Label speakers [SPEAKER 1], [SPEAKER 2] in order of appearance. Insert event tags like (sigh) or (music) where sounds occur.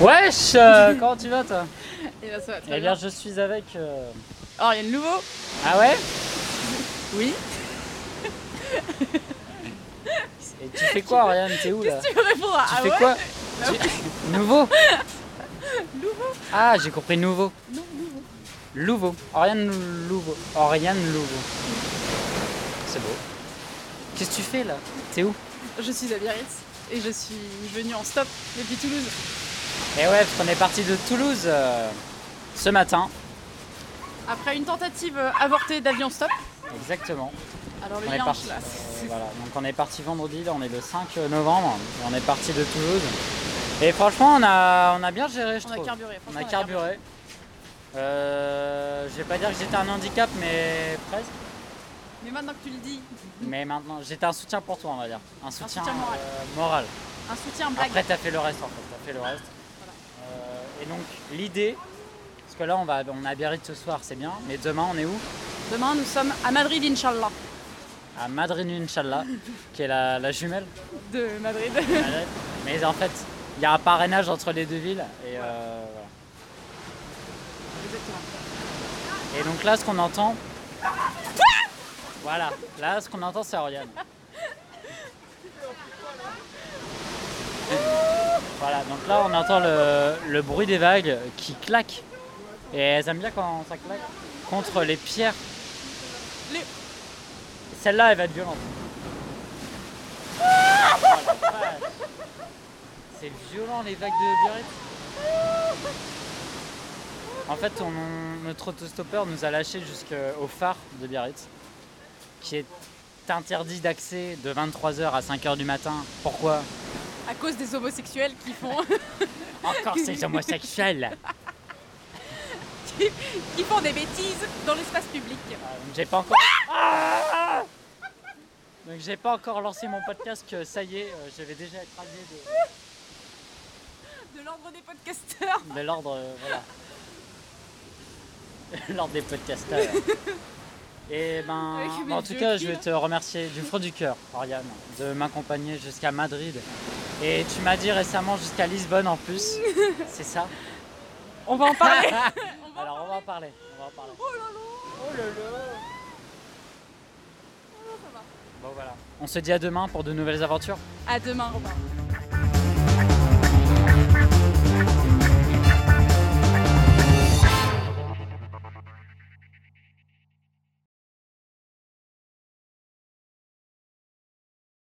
[SPEAKER 1] Wesh (laughs) euh, Comment tu vas toi
[SPEAKER 2] Et bien, ben, ça va très
[SPEAKER 1] Eh bien
[SPEAKER 2] bien.
[SPEAKER 1] je suis avec... euh,
[SPEAKER 2] Or, il y a le nouveau
[SPEAKER 1] Ah ouais
[SPEAKER 2] Oui.
[SPEAKER 1] Et tu fais quoi Ariane T'es où là
[SPEAKER 2] Qu'est-ce que (laughs) tu veux répondre à
[SPEAKER 1] Tu Ah
[SPEAKER 2] Ah
[SPEAKER 1] fais
[SPEAKER 2] ouais
[SPEAKER 1] quoi Tu- (laughs) Nouveau
[SPEAKER 2] Nouveau
[SPEAKER 1] Ah j'ai compris nouveau.
[SPEAKER 2] Non, nouveau.
[SPEAKER 1] Louveau. Oriane Louveau. Oriane Louveau. C'est beau. Qu'est-ce que tu fais là T'es où
[SPEAKER 2] Je suis à Biarritz et je suis venue en stop depuis Toulouse.
[SPEAKER 1] Eh ouais, parce qu'on est parti de Toulouse euh, ce matin.
[SPEAKER 2] Après une tentative euh, avortée d'avion stop.
[SPEAKER 1] Exactement.
[SPEAKER 2] Alors, le
[SPEAKER 1] On est
[SPEAKER 2] lien,
[SPEAKER 1] parti.
[SPEAKER 2] là.
[SPEAKER 1] Euh, voilà. Donc on est parti vendredi, là on est le 5 novembre. On est parti de Toulouse. Et franchement on a, on a bien géré je
[SPEAKER 2] On a
[SPEAKER 1] trouve.
[SPEAKER 2] carburé. franchement,
[SPEAKER 1] On a carburé. Euh, je vais pas dire que j'étais un handicap, mais presque.
[SPEAKER 2] Mais maintenant que tu le dis,
[SPEAKER 1] Mais maintenant, j'étais un soutien pour toi, on va dire. Un soutien,
[SPEAKER 2] soutien moral.
[SPEAKER 1] euh, moral.
[SPEAKER 2] un soutien blague.
[SPEAKER 1] Après, t'as fait le reste, en fait. T'as fait le reste.
[SPEAKER 2] Voilà.
[SPEAKER 1] Euh, et donc, l'idée, parce que là, on va, on a Biarritz ce soir, c'est bien. Mais demain, on est où
[SPEAKER 2] Demain, nous sommes à Madrid, Inch'Allah.
[SPEAKER 1] À Madrid, Inch'Allah, qui est la, la jumelle.
[SPEAKER 2] De Madrid. (laughs)
[SPEAKER 1] Madrid. Mais en fait, il y a un parrainage entre les deux villes. Et, euh, voilà.
[SPEAKER 2] Exactement.
[SPEAKER 1] Et donc là, ce qu'on entend. Voilà, là, ce qu'on entend, c'est Oriane. Voilà, donc là, on entend le, le bruit des vagues qui claquent. Et elles aiment bien quand ça claque contre les pierres.
[SPEAKER 2] Les-
[SPEAKER 1] Celle-là, elle va être violente. Oh la vache. c'est violent les vagues de Biarritz. En fait, on- notre autostoppeur nous a lâchés jusqu'au phare de Biarritz, qui est interdit d'accès de 23h à 5h du matin. Pourquoi
[SPEAKER 2] À cause des homosexuels qui font, (laughs)
[SPEAKER 1] Encore Ah, ces homosexuels
[SPEAKER 2] qui font des bêtises dans l'espace public.
[SPEAKER 1] Ah, donc J'ai pas encore. Ah donc j'ai pas encore lancé mon podcast que ça y est, euh, j'avais déjà écrasé de,
[SPEAKER 2] De l'ordre des podcasteurs.
[SPEAKER 1] de l'ordre, euh, voilà, (laughs) l'ordre des
[SPEAKER 2] (laughs)
[SPEAKER 1] podcasteurs. Et ben,
[SPEAKER 2] Avec mes
[SPEAKER 1] bon, en tout
[SPEAKER 2] vieux
[SPEAKER 1] cas,
[SPEAKER 2] culs,
[SPEAKER 1] je vais
[SPEAKER 2] là.
[SPEAKER 1] te remercier du fond du cœur, Ariane, de m'accompagner jusqu'à Madrid. Et tu m'as dit récemment jusqu'à Lisbonne en
[SPEAKER 2] (laughs)
[SPEAKER 1] plus, c'est ça
[SPEAKER 2] On va
[SPEAKER 1] (laughs)
[SPEAKER 2] en parler.
[SPEAKER 1] Alors on va en parler. On va en parler.
[SPEAKER 2] Oh là là.
[SPEAKER 1] Oh là là
[SPEAKER 2] Oh, ça va.
[SPEAKER 1] Bon voilà. On se dit à demain pour de nouvelles aventures.
[SPEAKER 2] À demain, Robin.